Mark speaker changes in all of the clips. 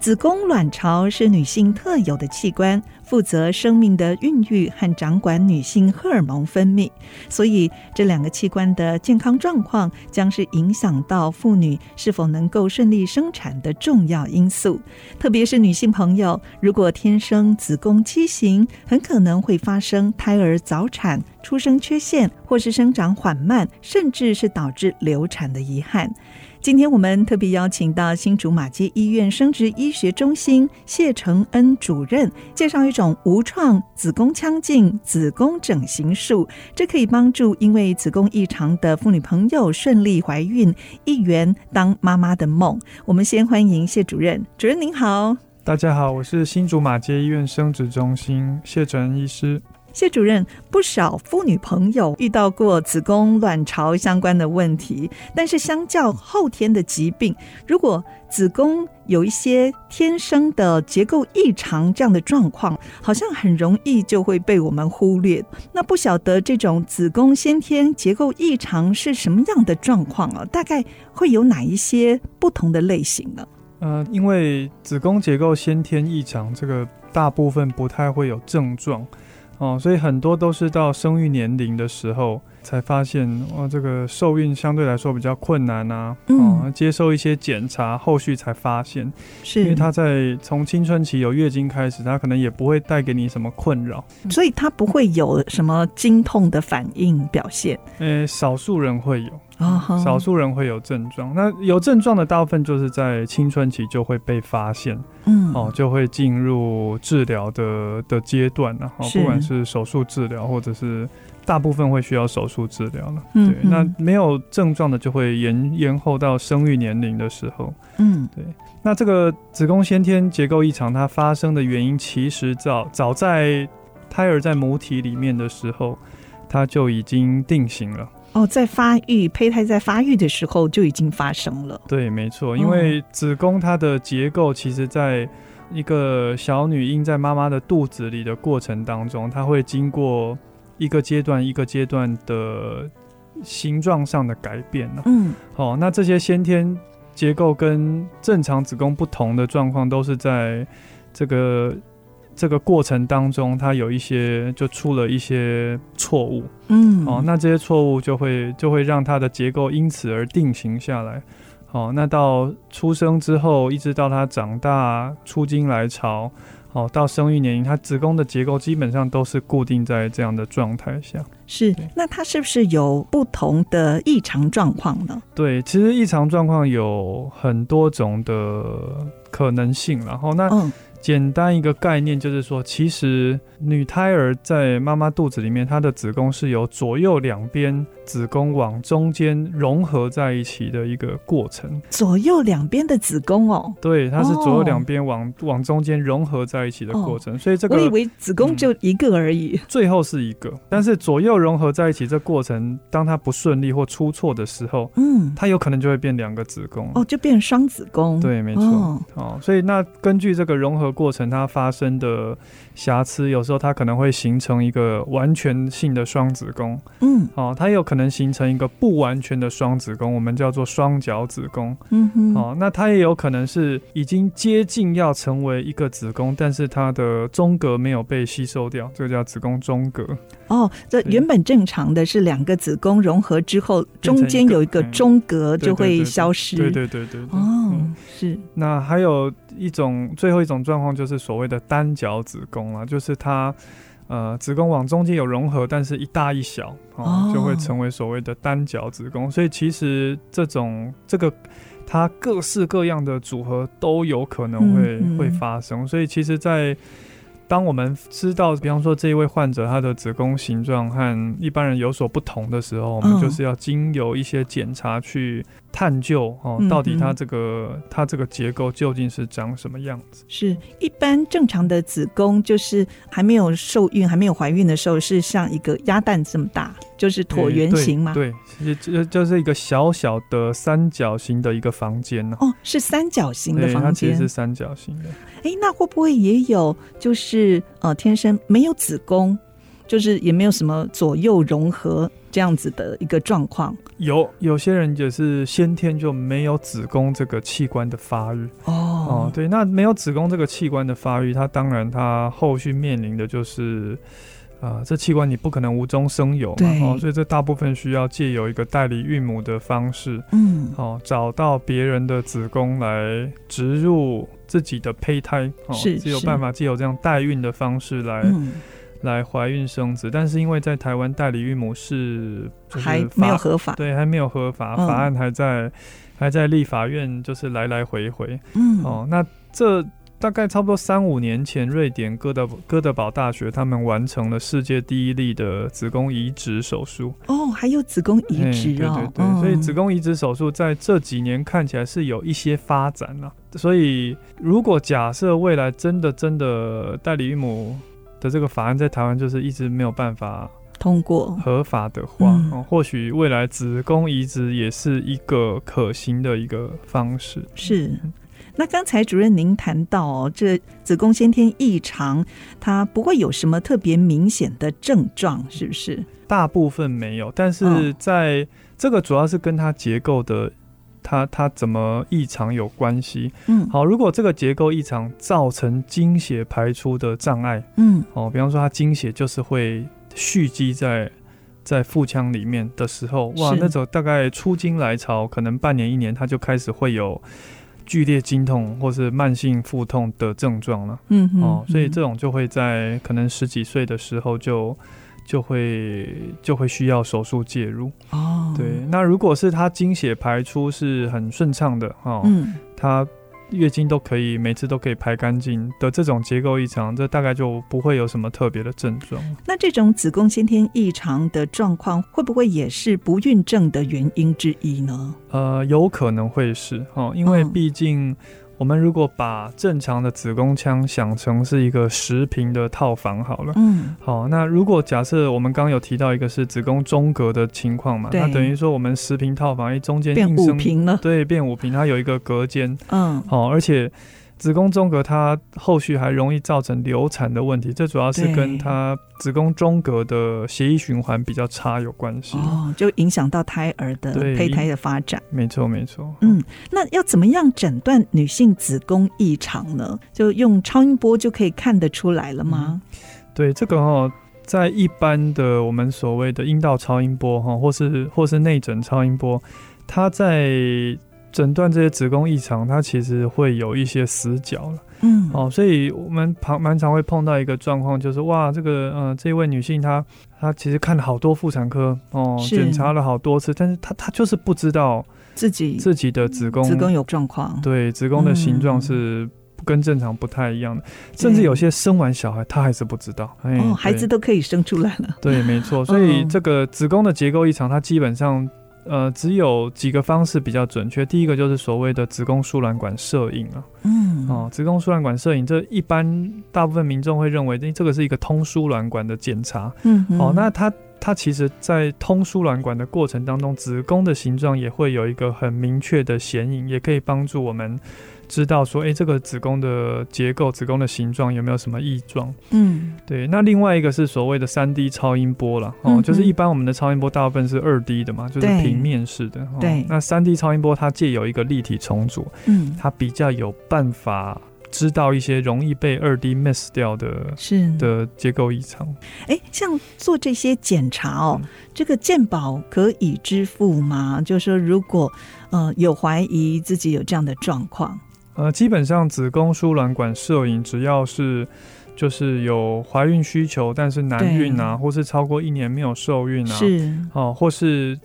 Speaker 1: 子宫、卵巢是女性特有的器官，负责生命的孕育和掌管女性荷尔蒙分泌，所以这两个器官的健康状况将是影响到妇女是否能够顺利生产的重要因素。特别是女性朋友，如果天生子宫畸形，很可能会发生胎儿早产。出生缺陷，或是生长缓慢，甚至是导致流产的遗憾。今天我们特别邀请到新竹马街医院生殖医学中心谢承恩主任，介绍一种无创子宫腔镜子宫整形术，这可以帮助因为子宫异常的妇女朋友顺利怀孕，一圆当妈妈的梦。我们先欢迎谢主任，主任您好。
Speaker 2: 大家好，我是新竹马街医院生殖中心谢承恩医师。
Speaker 1: 谢主任，不少妇女朋友遇到过子宫、卵巢相关的问题，但是相较后天的疾病，如果子宫有一些天生的结构异常这样的状况，好像很容易就会被我们忽略。那不晓得这种子宫先天结构异常是什么样的状况啊？大概会有哪一些不同的类型呢？
Speaker 2: 呃，因为子宫结构先天异常，这个大部分不太会有症状。哦，所以很多都是到生育年龄的时候才发现，哦，这个受孕相对来说比较困难啊，
Speaker 1: 嗯
Speaker 2: 哦，接受一些检查，后续才发现，
Speaker 1: 是
Speaker 2: 因为它在从青春期有月经开始，它可能也不会带给你什么困扰，
Speaker 1: 所以它不会有什么经痛的反应表现
Speaker 2: 呃，少数人会有，
Speaker 1: 啊哈
Speaker 2: 少数人会有症状，那有症状的大部分就是在青春期就会被发现，
Speaker 1: 嗯
Speaker 2: 哦，就会进入治疗的的阶段了、哦，
Speaker 1: 是
Speaker 2: 不管是手术治疗或者是大部分会需要手术治疗了。
Speaker 1: 嗯
Speaker 2: 对，
Speaker 1: 嗯
Speaker 2: 那没有症状的就会延延后到生育年龄的时候。
Speaker 1: 嗯
Speaker 2: 那这个子宫先天结构异常，它发生的原因其实早早在胎儿在母体里面的时候，它就已经定型了。
Speaker 1: 哦，在发育胚胎在发育的时候就已经发生了。
Speaker 2: 对，没错，因为子宫它的结构其实在一个小女婴在妈妈的肚子里的过程当中，它会经过一个阶段一个阶段的形状上的改变呢、
Speaker 1: 嗯
Speaker 2: 哦，那这些先天结构跟正常子宫不同的状况，都是在这个这个过程当中，它有一些就出了一些错误。
Speaker 1: 嗯
Speaker 2: 哦，那这些错误就会就会让它的结构因此而定型下来。哦，那到出生之后，一直到它长大、出经来潮，哦，到生育年龄，它子宫的结构基本上都是固定在这样的状态下。
Speaker 1: 是
Speaker 2: 对
Speaker 1: 那它是不是有不同的异常状况呢？
Speaker 2: 对，其实异常状况有很多种的可能性啦，然后那
Speaker 1: 嗯
Speaker 2: 简单一个概念就是说，其实女胎儿在妈妈肚子里面，她的子宫是由左右两边子宫往中间融合在一起的一个过程。
Speaker 1: 左右两边的子宫哦，
Speaker 2: 对，它是左
Speaker 1: 哦
Speaker 2: 右两边往、往中间融合在一起的过程，所以这
Speaker 1: 我以
Speaker 2: 个嗯
Speaker 1: 为子宫就一个而已。
Speaker 2: 最后是一个，但是左右融合在一起这过程，当它不顺利或出错的时候，
Speaker 1: 嗯
Speaker 2: 它有可能就会变两个子宫。
Speaker 1: 哦，就变双子宫。
Speaker 2: 对，没错。
Speaker 1: 哦
Speaker 2: 哦，所以那根据这个融合过程它发生的瑕疵，有时候它可能会形成一个完全性的双子宫，
Speaker 1: 嗯
Speaker 2: 哦，它有可能形成一个不完全的双子宫，我们叫做双角子宫，
Speaker 1: 嗯哼，
Speaker 2: 哦，那它也有可能是已经接近要成为一个子宫，但是它的中隔没有被吸收掉，这个叫子宫中隔，
Speaker 1: 哦，这
Speaker 2: 对
Speaker 1: 原本正常的是两个子宫融合之后，
Speaker 2: 变成一
Speaker 1: 中
Speaker 2: 个嗯
Speaker 1: 间有一个中隔
Speaker 2: 对对
Speaker 1: 就
Speaker 2: 对
Speaker 1: 会
Speaker 2: 对
Speaker 1: 消失。
Speaker 2: 对对对对对，
Speaker 1: 哦
Speaker 2: 嗯，
Speaker 1: 是
Speaker 2: 那还有一种最后一种状况就是所谓的单角子宫啦，就是它呃子宫往中间有融合，但是一大一小哦
Speaker 1: 哦
Speaker 2: 就会成为所谓的单角子宫。所以其实这种这个它各式各样的组合都有可能会、
Speaker 1: 嗯嗯
Speaker 2: 会发生。所以其实，在当我们知道，比方说这一位患者他的子宫形状和一般人有所不同的时候，我
Speaker 1: 嗯
Speaker 2: 们就是要经由一些检查去探究哦
Speaker 1: 嗯，
Speaker 2: 到底它
Speaker 1: 嗯
Speaker 2: 这个它这个结构究竟是长什么样子？
Speaker 1: 是，一般正常的子宫就是还没有受孕、还没有怀孕的时候，是像一个鸭蛋这么大。就是椭圆形嘛。
Speaker 2: 对，对就就是一个小小的三角形的一个房间呢、
Speaker 1: 哦，是三角形的
Speaker 2: 对它
Speaker 1: 房
Speaker 2: 其实
Speaker 1: 间
Speaker 2: 是。三角形的。
Speaker 1: 哎，那会不会也有就是呃，天生没有子宫，就是也没有什么左右融合这样子的一个状况？
Speaker 2: 有有些人也是先天就没有子宫这个器官的发育哦
Speaker 1: 哦，，
Speaker 2: 对，那没有子宫这个器官的发育，它当然它后续面临的就是，啊、这器官你不可能无中生有嘛
Speaker 1: 对，
Speaker 2: 哦，所以这大部分需要借由一个代理孕母的方式，
Speaker 1: 嗯，
Speaker 2: 哦，找到别人的子宫来植入自己的胚胎，哦，
Speaker 1: 是
Speaker 2: 只有
Speaker 1: 是
Speaker 2: 办法借由这样代孕的方式来、
Speaker 1: 嗯，
Speaker 2: 来怀孕生子，但是因为在台湾代理孕母是就是
Speaker 1: 还没有
Speaker 2: 法
Speaker 1: 合法，
Speaker 2: 对，还没有合法，
Speaker 1: 嗯
Speaker 2: 法案还在还在立法院，就是来来回回。
Speaker 1: 嗯，
Speaker 2: 哦，那这大概差不多三五年前，瑞典哥德哥德堡大学他们完成了世界第一例的子宫移植手术。
Speaker 1: 哦，还有子宫移
Speaker 2: 嗯
Speaker 1: 植哦，
Speaker 2: 对对对，所以
Speaker 1: 嗯
Speaker 2: 子宫移植手术在这几年看起来是有一些发展了、所以如果假设未来真的真的代理孕母的这个法案在台湾就是一直没有办法
Speaker 1: 通过，
Speaker 2: 合法的话，
Speaker 1: 嗯
Speaker 2: 哦、或许未来子宫移植也是一个可行的一个方式。
Speaker 1: 是。那刚才主任您谈到哦，这子宫先天异常，它不会有什么特别明显的症状，
Speaker 2: 嗯
Speaker 1: 是不是？
Speaker 2: 大部分没有，但是
Speaker 1: 嗯
Speaker 2: 在这个主要是跟它结构的。它它怎么异常有关系？
Speaker 1: 嗯，，
Speaker 2: 好，如果这个结构异常造成经血排出的障碍，
Speaker 1: 嗯，
Speaker 2: 哦，比方说它经血就是会蓄积在在腹腔里面的时候，哇，
Speaker 1: 是
Speaker 2: 那种大概初经来潮，可能半年一年，它就开始会有剧烈经痛或是慢性腹痛的症状了。
Speaker 1: 嗯哼，
Speaker 2: 哦，所以
Speaker 1: 嗯
Speaker 2: 这种就会在可能十几岁的时候就就会就会需要手术介入。
Speaker 1: 哦，
Speaker 2: 对，，那如果是他经血排出是很顺畅的哦，
Speaker 1: 嗯，
Speaker 2: 他月经都可以每次都可以排干净的这种结构异常，这大概就不会有什么特别的症状。
Speaker 1: 那这种子宫先天异常的状况，会不会也是不孕症的原因之一呢？
Speaker 2: 呃，有可能会是哦，因为
Speaker 1: 嗯
Speaker 2: 毕竟。我们如果把正常的子宫腔想成是一个十平的套房好了，
Speaker 1: 嗯，
Speaker 2: 好，那如果假设我们刚刚有提到一个是子宫中隔的情况嘛，
Speaker 1: 对
Speaker 2: 那等于说我们十平套房，哎，中间
Speaker 1: 变
Speaker 2: 硬
Speaker 1: 五
Speaker 2: 生
Speaker 1: 平了，
Speaker 2: 对变五平，它有一个隔间，
Speaker 1: 嗯，
Speaker 2: 好，哦而且子宫中隔它后续还容易造成流产的问题，这主要是
Speaker 1: 对
Speaker 2: 跟它子宫中隔的血液循环比较差有关系。
Speaker 1: 哦，就影响到胎儿的
Speaker 2: 对
Speaker 1: 胚胎的发展。
Speaker 2: 没错，没错。
Speaker 1: 嗯，那要怎么样诊断女性子宫异常呢？就用超音波就可以看得出来了吗？
Speaker 2: 对这个哦，在一般的我们所谓的阴道超音波哈、哦，或是或是内诊超音波，它在诊断这些子宫异常，它其实会有一些死角了
Speaker 1: 嗯，
Speaker 2: 哦，所以我们旁蛮常会碰到一个状况，就是哇，这个呃这位女性她她其实看了好多妇产科哦，
Speaker 1: 是
Speaker 2: 检查了好多次，但是她她就是不知道
Speaker 1: 自己
Speaker 2: 自己的子宫
Speaker 1: 嗯子宫有状况，
Speaker 2: 对子宫的形状
Speaker 1: 嗯
Speaker 2: 是跟正常不太一样的，甚至有些生完小孩她还是不知道，哎
Speaker 1: 哦，孩
Speaker 2: 对
Speaker 1: 子都可以生出来了。
Speaker 2: 对，没错。所以
Speaker 1: 嗯
Speaker 2: 这个子宫的结构异常，它基本上呃只有几个方式比较准确。第一个就是所谓的子宫输卵管摄影啊，
Speaker 1: 嗯，
Speaker 2: 哦，子宫输卵管摄影，这一般大部分民众会认为诶这个是一个通输卵管的检查。
Speaker 1: 嗯哼，
Speaker 2: 哦，那它它其实在通输卵管的过程当中，子宫的形状也会有一个很明确的显影，也可以帮助我们。知道说，诶，这个子宫的结构、子宫的形状有没有什么异状？
Speaker 1: 嗯
Speaker 2: 对，那另外一个是所谓的三 D 超音波啦，
Speaker 1: 嗯
Speaker 2: 哦，
Speaker 1: 哼
Speaker 2: 就是一般我们的超音波大部分是二 D 的嘛，就是
Speaker 1: 对
Speaker 2: 平面式的。哦、
Speaker 1: 对
Speaker 2: 那三 D 超音波它借由一个立体重组，
Speaker 1: 嗯
Speaker 2: 它比较有办法知道一些容易被二 D miss 掉的
Speaker 1: 是。
Speaker 2: 的结构异常。
Speaker 1: 哎，像做这些检查哦，
Speaker 2: 嗯
Speaker 1: 这个健保可以支付吗？就是说，如果呃有怀疑自己有这样的状况，
Speaker 2: 呃，基本上子宫输卵管摄影只要是就是有怀孕需求，但是难孕啊，或是超过一年没有受孕啊，
Speaker 1: 是
Speaker 2: 哦，或是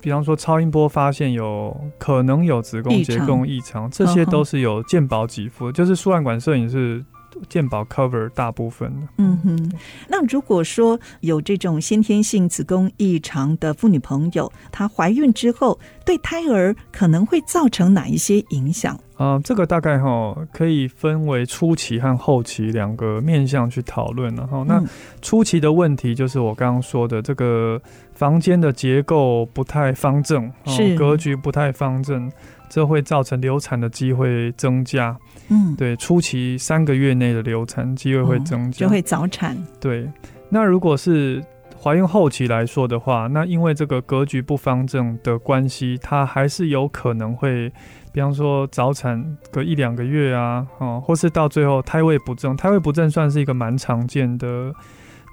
Speaker 2: 比方说超音波发现有可能有子宫
Speaker 1: 异
Speaker 2: 结
Speaker 1: 常
Speaker 2: 构异常，这些
Speaker 1: 嗯哼
Speaker 2: 都是有健保给付的，就是输卵管摄影是健保 cover 大部分的。
Speaker 1: 嗯哼，那如果说有这种先天性子宫异常的妇女朋友，她怀孕之后对胎儿可能会造成哪一些影响？
Speaker 2: 啊、这个大概哈、可以分为初期和后期两个面向去讨论了哈。哦那、
Speaker 1: 嗯
Speaker 2: 初期的问题就是我刚刚说的这个房间的结构不太方正，哦
Speaker 1: 是
Speaker 2: 格局不太方正，这会造成流产的机会增加。
Speaker 1: 嗯，
Speaker 2: 对，初期三个月内的流产机会会增加，
Speaker 1: 哦就会早产。
Speaker 2: 对。那如果是怀孕后期来说的话，那因为这个格局不方正的关系，它还是有可能会，比方说早产个一两个月啊，哦，或是到最后胎位不正，胎位不正算是一个蛮常见的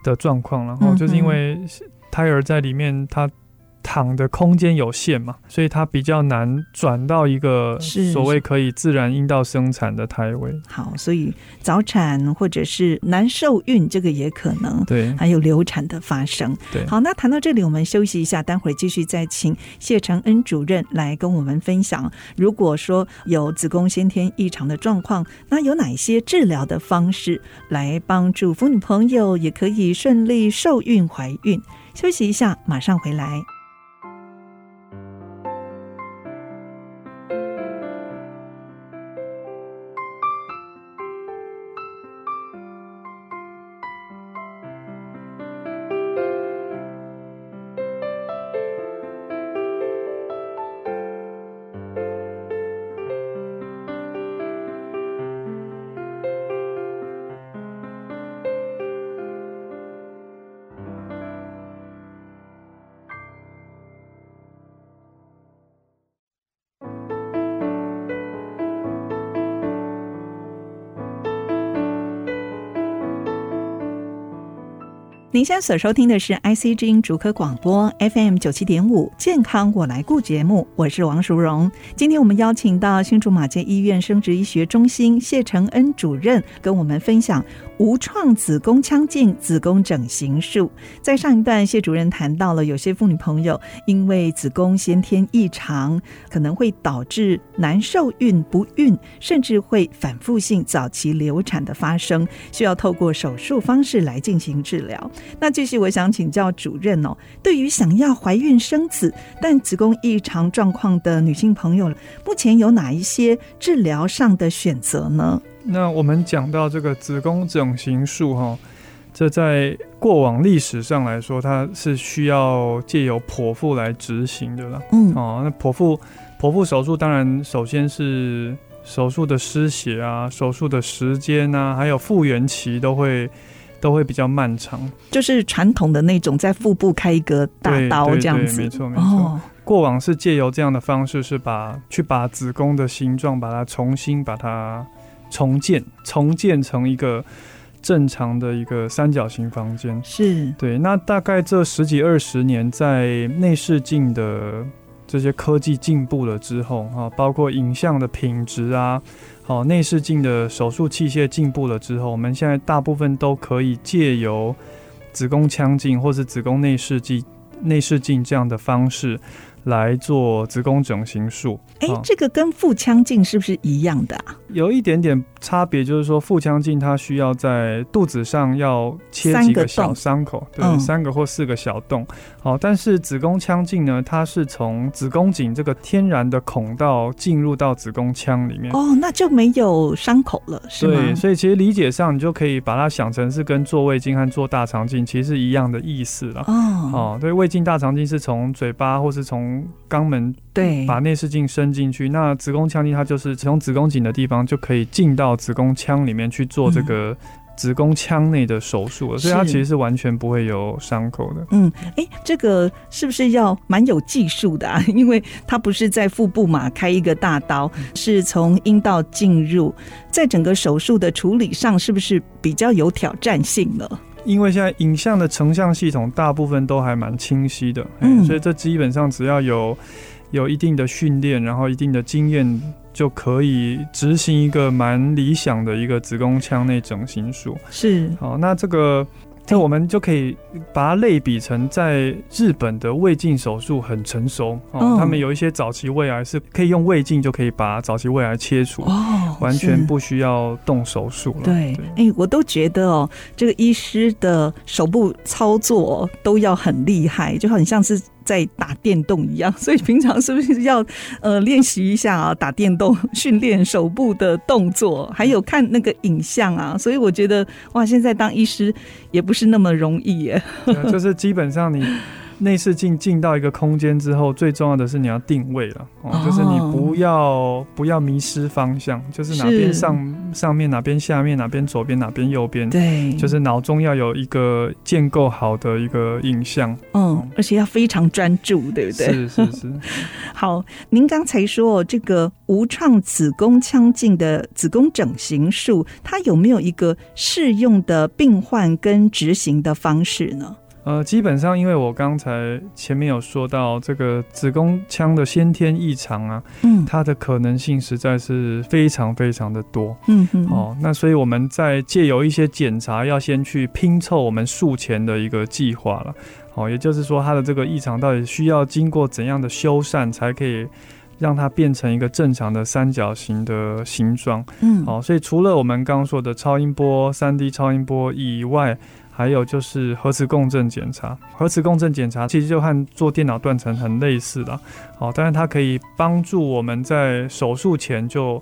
Speaker 2: 的状况了，然后、
Speaker 1: 嗯哼
Speaker 2: 就是因为胎儿在里面它。躺的空间有限嘛，所以它比较难转到一个
Speaker 1: 是
Speaker 2: 所谓可以自然阴道生产的胎位。
Speaker 1: 好，所以早产或者是难受孕，这个也可能。
Speaker 2: 对
Speaker 1: 还有流产的发生。
Speaker 2: 对
Speaker 1: 好，那谈到这里，我们休息一下，待会儿继续再请谢承恩主任来跟我们分享。如果说有子宫先天异常的状况，那有哪些治疗的方式来帮助妇女朋友也可以顺利受孕怀孕？休息一下，马上回来。您现在所收听的是 IC 之音竹科广播 FM 九七点五健康我来顾节目，我是王淑荣。今天我们邀请到新竹马街医院生殖医学中心谢承恩主任跟我们分享无创子宫腔镜子宫整形术。在上一段，谢主任谈到了有些妇女朋友因为子宫先天异常，可能会导致难受孕、不孕，甚至会反复性早期流产的发生，需要透过手术方式来进行治疗。那继续，我想请教主任哦，对于想要怀孕生子但子宫异常状况的女性朋友，目前有哪一些治疗上的选择呢？
Speaker 2: 那我们讲到这个子宫整形术哈，这在过往历史上来说，它是需要借由剖腹来执行的啦。
Speaker 1: 嗯，
Speaker 2: 哦，那剖腹剖腹手术当然首先是手术的失血啊，手术的时间啊，还有复原期都会都会比较漫长。
Speaker 1: 就是传统的那种在腹部开一个大
Speaker 2: 对
Speaker 1: 刀
Speaker 2: 对
Speaker 1: 这样
Speaker 2: 对
Speaker 1: 子
Speaker 2: 没，错没错。
Speaker 1: 哦，
Speaker 2: 过往是借由这样的方式，是把去把子宫的形状把它重新把它重建，重建成一个正常的一个三角形房间。
Speaker 1: 是，
Speaker 2: 对，那大概这十几二十年，在内视镜的这些科技进步了之后，哈、包括影像的品质啊，好、内视镜的手术器械进步了之后，我们现在大部分都可以借由子宫腔镜或是子宫内视镜、内视镜这样的方式来做子宫整形术。
Speaker 1: 哎
Speaker 2: 哦，
Speaker 1: 这个跟腹腔镜是不是一样的啊？
Speaker 2: 有一点点差别，就是说腹腔镜它需要在肚子上要切
Speaker 1: 三
Speaker 2: 几
Speaker 1: 个
Speaker 2: 个小
Speaker 1: 洞
Speaker 2: 伤口，对，
Speaker 1: 嗯
Speaker 2: 三个或四个小洞。好、但是子宫腔镜呢，它是从子宫颈这个天然的孔道进入到子宫腔里面。
Speaker 1: 哦，那就没有伤口了，是吗
Speaker 2: 对，？所以其实理解上，你就可以把它想成是跟做胃镜和做大肠镜其实是一样的意思了。
Speaker 1: 哦，
Speaker 2: 哦，对，胃镜、大肠镜是从嘴巴或是从肛门
Speaker 1: 对，
Speaker 2: 把内视镜伸进去，那子宫腔镜它就是从子宫颈的地方就可以进到子宫腔里面去做这个子宫腔内的手术了，所以它
Speaker 1: 是
Speaker 2: 其实是完全不会有伤口的。
Speaker 1: 嗯，哎，这个是不是要蛮有技术的啊？ 因为它不是在腹部嘛，开一个大刀，
Speaker 2: 嗯
Speaker 1: 是从阴道进入，在整个手术的处理上，是不是比较有挑战性了？
Speaker 2: 因为现在影像的成像系统大部分都还蛮清晰的，
Speaker 1: 嗯
Speaker 2: 嗯，所以这基本上只要有有一定的训练，然后一定的经验。就可以执行一个蛮理想的一个子宫腔内整形术。
Speaker 1: 是，
Speaker 2: 好，那这个这我们就可以把它类比成在日本的胃镜手术很成熟哦
Speaker 1: 哦，
Speaker 2: 他们有一些早期胃癌是可以用胃镜就可以把早期胃癌切除，
Speaker 1: 哦，
Speaker 2: 完
Speaker 1: 是
Speaker 2: 全不需要动手术了。
Speaker 1: 对，哎、我都觉得哦，这个医师的手部操作哦都要很厉害，就很像是在打电动一样。 所以平常是不是要呃练习一下啊，打电动，训练手部的动作，还有看那个影像啊。所以我觉得哇，现在当医师也不是那么容易耶。
Speaker 2: 对就是基本上你内视镜进到一个空间之后，最重要的是你要定位了，哦
Speaker 1: 哦，
Speaker 2: 就是你不要不要迷失方向，就是哪边
Speaker 1: 是
Speaker 2: 上上面哪边下面哪边左边哪边右边，
Speaker 1: 对，
Speaker 2: 就是脑中要有一个建构好的一个印象。
Speaker 1: 嗯，而且要非常专注，对不对？
Speaker 2: 是是 是，
Speaker 1: 好，您刚才说这个无创子宫腔镜的子宫整形术，它有没有一个适用的病患跟执行的方式呢？
Speaker 2: 呃，基本上因为我刚才前面有说到这个子宫腔的先天异常啊，
Speaker 1: 嗯
Speaker 2: 它的可能性实在是非常非常的多。
Speaker 1: 嗯嗯，
Speaker 2: 哦，那所以我们在借由一些检查，要先去拼凑我们术前的一个计划了。哦，也就是说，它的这个异常到底需要经过怎样的修缮，才可以让它变成一个正常的三角形的形状？
Speaker 1: 嗯
Speaker 2: 哦，所以除了我们刚刚说的超音波、三 D 超音波以外，还有就是核磁共振检查。核磁共振检查其实就和做电脑断层很类似的，哦，但是它可以帮助我们在手术前就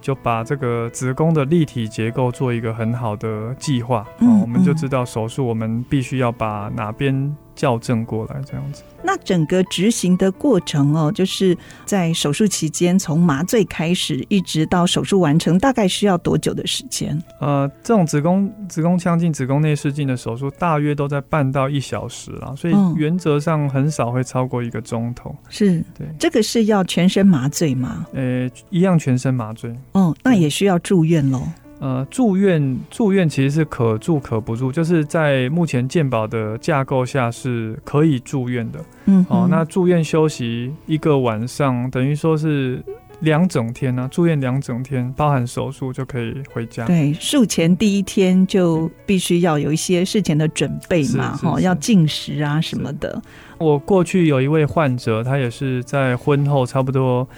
Speaker 2: 就把这个子宫的立体结构做一个很好的计划。
Speaker 1: 嗯
Speaker 2: 哦，我们就
Speaker 1: 嗯
Speaker 2: 知道手术我们必须要把哪边校正过来，这样子。
Speaker 1: 那整个执行的过程哦，就是在手术期间，从麻醉开始一直到手术完成，大概需要多久的时间？
Speaker 2: 呃，这种子宫子宫腔镜、子宫内视镜的手术，大约都在半到一小时啦，所以
Speaker 1: 嗯
Speaker 2: 原则上很少会超过一个钟头。
Speaker 1: 是
Speaker 2: 对，
Speaker 1: 这个是要全身麻醉吗？
Speaker 2: 呃，一样全身麻醉。
Speaker 1: 哦，那
Speaker 2: 对
Speaker 1: 也需要住院喽。
Speaker 2: 呃，住院住院其实是可住可不住，就是在目前健保的架构下是可以住院的。
Speaker 1: 嗯哼，
Speaker 2: 哦，那住院休息一个晚上，等于说是两整天呢、啊住院两整天，包含手术就可以回家。
Speaker 1: 对，术前第一天就必须要有一些事前的准备嘛，
Speaker 2: 是是
Speaker 1: 哈，
Speaker 2: 是
Speaker 1: 要进食啊什么的。
Speaker 2: 我过去有一位患者，他也是在婚后差不多，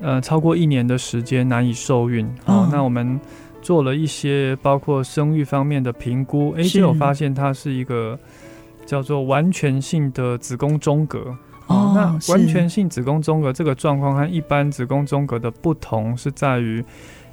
Speaker 2: 呃，超过一年的时间难以受孕。哦
Speaker 1: 嗯，
Speaker 2: 那我们做了一些包括生育方面的评估，诶，
Speaker 1: 是
Speaker 2: 结果发现他是一个叫做完全性的子宫中隔。
Speaker 1: 哦是
Speaker 2: 那完全性子宫中隔这个状况和一般子宫中隔的不同是在于，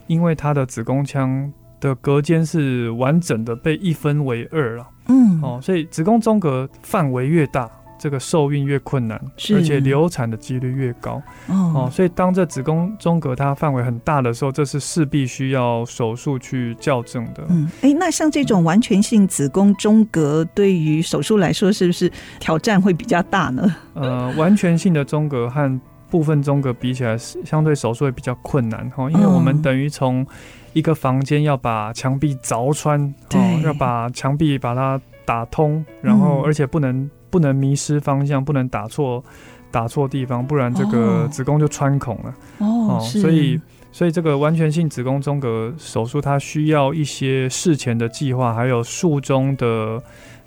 Speaker 2: 因为他的子宫腔的隔间是完整的被一分为二了。
Speaker 1: 嗯，
Speaker 2: 哦，所以子宫中隔范围越大，这个受孕越困难，
Speaker 1: 是
Speaker 2: 而且流产的几率越高。哦，
Speaker 1: 哦，
Speaker 2: 所以当这子宫中隔它范围很大的时候，这是势必需要手术去校正的。
Speaker 1: 嗯，哎，那像这种完全性子宫中隔，对于手术来说，是不是挑战会比较大呢？
Speaker 2: 呃，完全性的中隔和部分中隔比起来，是相对手术会比较困难哈、哦，因为我
Speaker 1: 嗯
Speaker 2: 们等于从一个房间要把墙壁凿穿，哦
Speaker 1: 对，
Speaker 2: 要把墙壁把它打通，然后
Speaker 1: 嗯
Speaker 2: 而且不能不能迷失方向，不能打错打错地方，不然这
Speaker 1: 哦
Speaker 2: 个子宫就穿孔了
Speaker 1: 哦，是，
Speaker 2: 所以。所以这个完全性子宫中隔手术，它需要一些事前的计划，还有术中的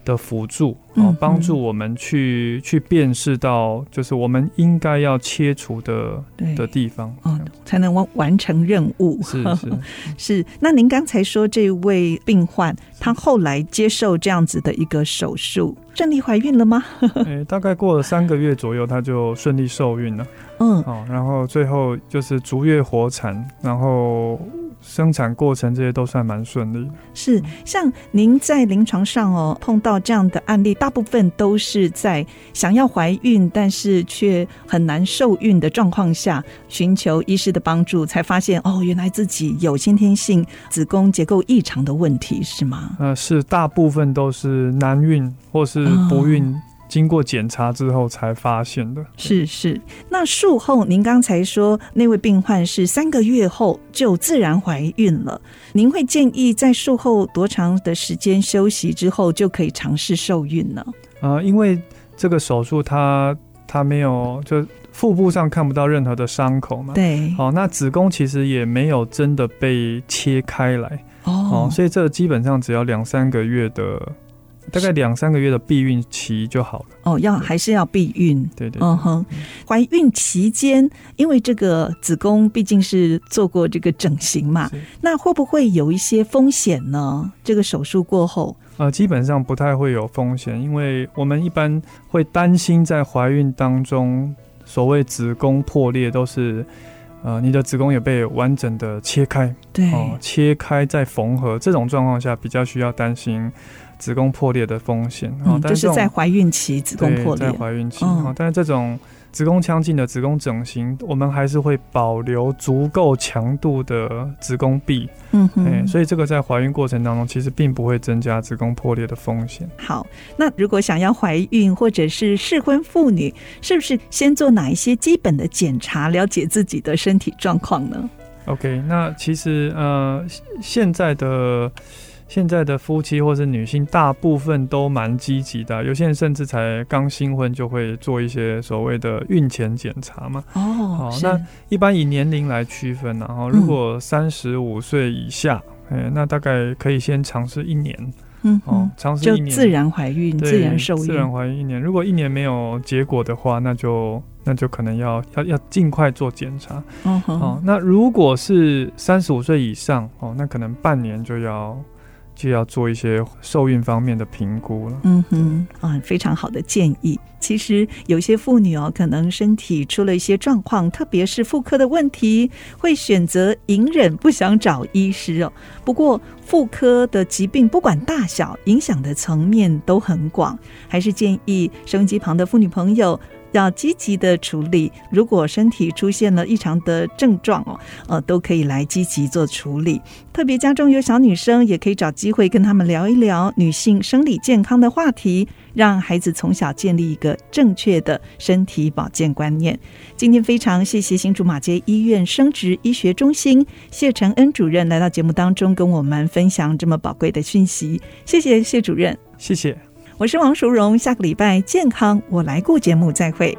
Speaker 2: 的辅助，
Speaker 1: 嗯
Speaker 2: 哦
Speaker 1: 嗯，
Speaker 2: 帮助我们去去辨识到，就是我们应该要切除的
Speaker 1: 对
Speaker 2: 的地方。
Speaker 1: 哦，才能完完成任务。
Speaker 2: 是是，
Speaker 1: 是，那您刚才说这位病患，他后来接受这样子的一个手术，顺利怀孕了吗？
Speaker 2: 诶、哎大概过了三个月左右，她就顺利受孕了。
Speaker 1: 嗯，
Speaker 2: 哦，然后最后就是逐月活产，然后生产过程这些都算蛮顺利的。
Speaker 1: 是，像您在临床上哦碰到这样的案例，大部分都是在想要怀孕，但是却很难受孕的状况下，寻求医师的帮助，才发现哦，原来自己有先天性子宫结构异常的问题，是吗？
Speaker 2: 呃，是大部分都是男孕或是
Speaker 1: 哦
Speaker 2: 不孕，经过检查之后才发现的。
Speaker 1: 是是。那术后，您刚才说那位病患是三个月后就自然怀孕了，您会建议在术后多长的时间休息之后就可以尝试受孕呢？
Speaker 2: 呃，因为这个手术它它没有就腹部上看不到任何的伤口嘛。
Speaker 1: 对，
Speaker 2: 好、那子宫其实也没有真的被切开来，哦，
Speaker 1: 哦
Speaker 2: 所以这基本上只要两三个月的大概两三个月的避孕期就好了。
Speaker 1: 哦，要还是要避孕。
Speaker 2: 对对对
Speaker 1: 嗯哼，怀孕期间，因为这个子宫毕竟是做过这个整形嘛，
Speaker 2: 是
Speaker 1: 那会不会有一些风险呢？这个手术过后，
Speaker 2: 呃，基本上不太会有风险，因为我们一般会担心在怀孕当中，所谓子宫破裂都是，呃，你的子宫也被完整的切开
Speaker 1: 对，
Speaker 2: 哦、切开再缝合，这种状况下比较需要担心子宫破裂的风险啊、哦
Speaker 1: 嗯，
Speaker 2: 但
Speaker 1: 就是
Speaker 2: 这种
Speaker 1: 在怀孕期子宫
Speaker 2: 对
Speaker 1: 破裂
Speaker 2: 在，怀孕期啊、
Speaker 1: 嗯
Speaker 2: 哦但是这种子宫腔镜的子宫整形，我们还是会保留足够强度的子宫壁，
Speaker 1: 嗯
Speaker 2: 哎、
Speaker 1: 哼，
Speaker 2: 所以这个在怀孕过程当中其实并不会增加子宫破裂的风险。
Speaker 1: 好，那如果想要怀孕或者是适婚妇女，是不是先做哪一些基本的检查，了解自己的身体状况呢？
Speaker 2: OK，那其实呃，现现在的现在的夫妻或是女性，大部分都蛮积极的啊、有些人甚至才刚新婚就会做一些所谓的孕前检查嘛。
Speaker 1: 哦
Speaker 2: 好
Speaker 1: 是
Speaker 2: 那一般以年龄来区分、啊，然后
Speaker 1: 嗯
Speaker 2: 如果三十五岁以下，哎、那大概可以先尝试一年
Speaker 1: 嗯
Speaker 2: 哦
Speaker 1: 哼，，
Speaker 2: 尝试
Speaker 1: 就
Speaker 2: 一年
Speaker 1: 自然怀孕、
Speaker 2: 对
Speaker 1: 自然受
Speaker 2: 自
Speaker 1: 孕，
Speaker 2: 然怀孕一年。如果一年没有结果的话，那就那就可能要要要尽快做检查。
Speaker 1: 嗯哼，
Speaker 2: 哦，那如果是三十五岁以上哦，那可能半年就要就要做一些受孕方面的评估了。
Speaker 1: 嗯哼，啊，非常好的建议。其实有些妇女哦，可能身体出了一些状况，特别是妇科的问题，会选择隐忍，不想找医师哦。不过妇科的疾病不管大小，影响的层面都很广，还是建议收音机旁的妇女朋友。要积极的处理，如果身体出现了异常的症状哦，呃，都可以来积极做处理。特别家中有小女生，也可以找机会跟她们聊一聊女性生理健康的话题，让孩子从小建立一个正确的身体保健观念。今天非常谢谢新竹马街医院生殖医学中心谢承恩主任来到节目当中，跟我们分享这么宝贵的讯息。谢谢谢主任，
Speaker 2: 谢谢。
Speaker 1: 我是王淑荣，下个礼拜健康我来顾节目再会。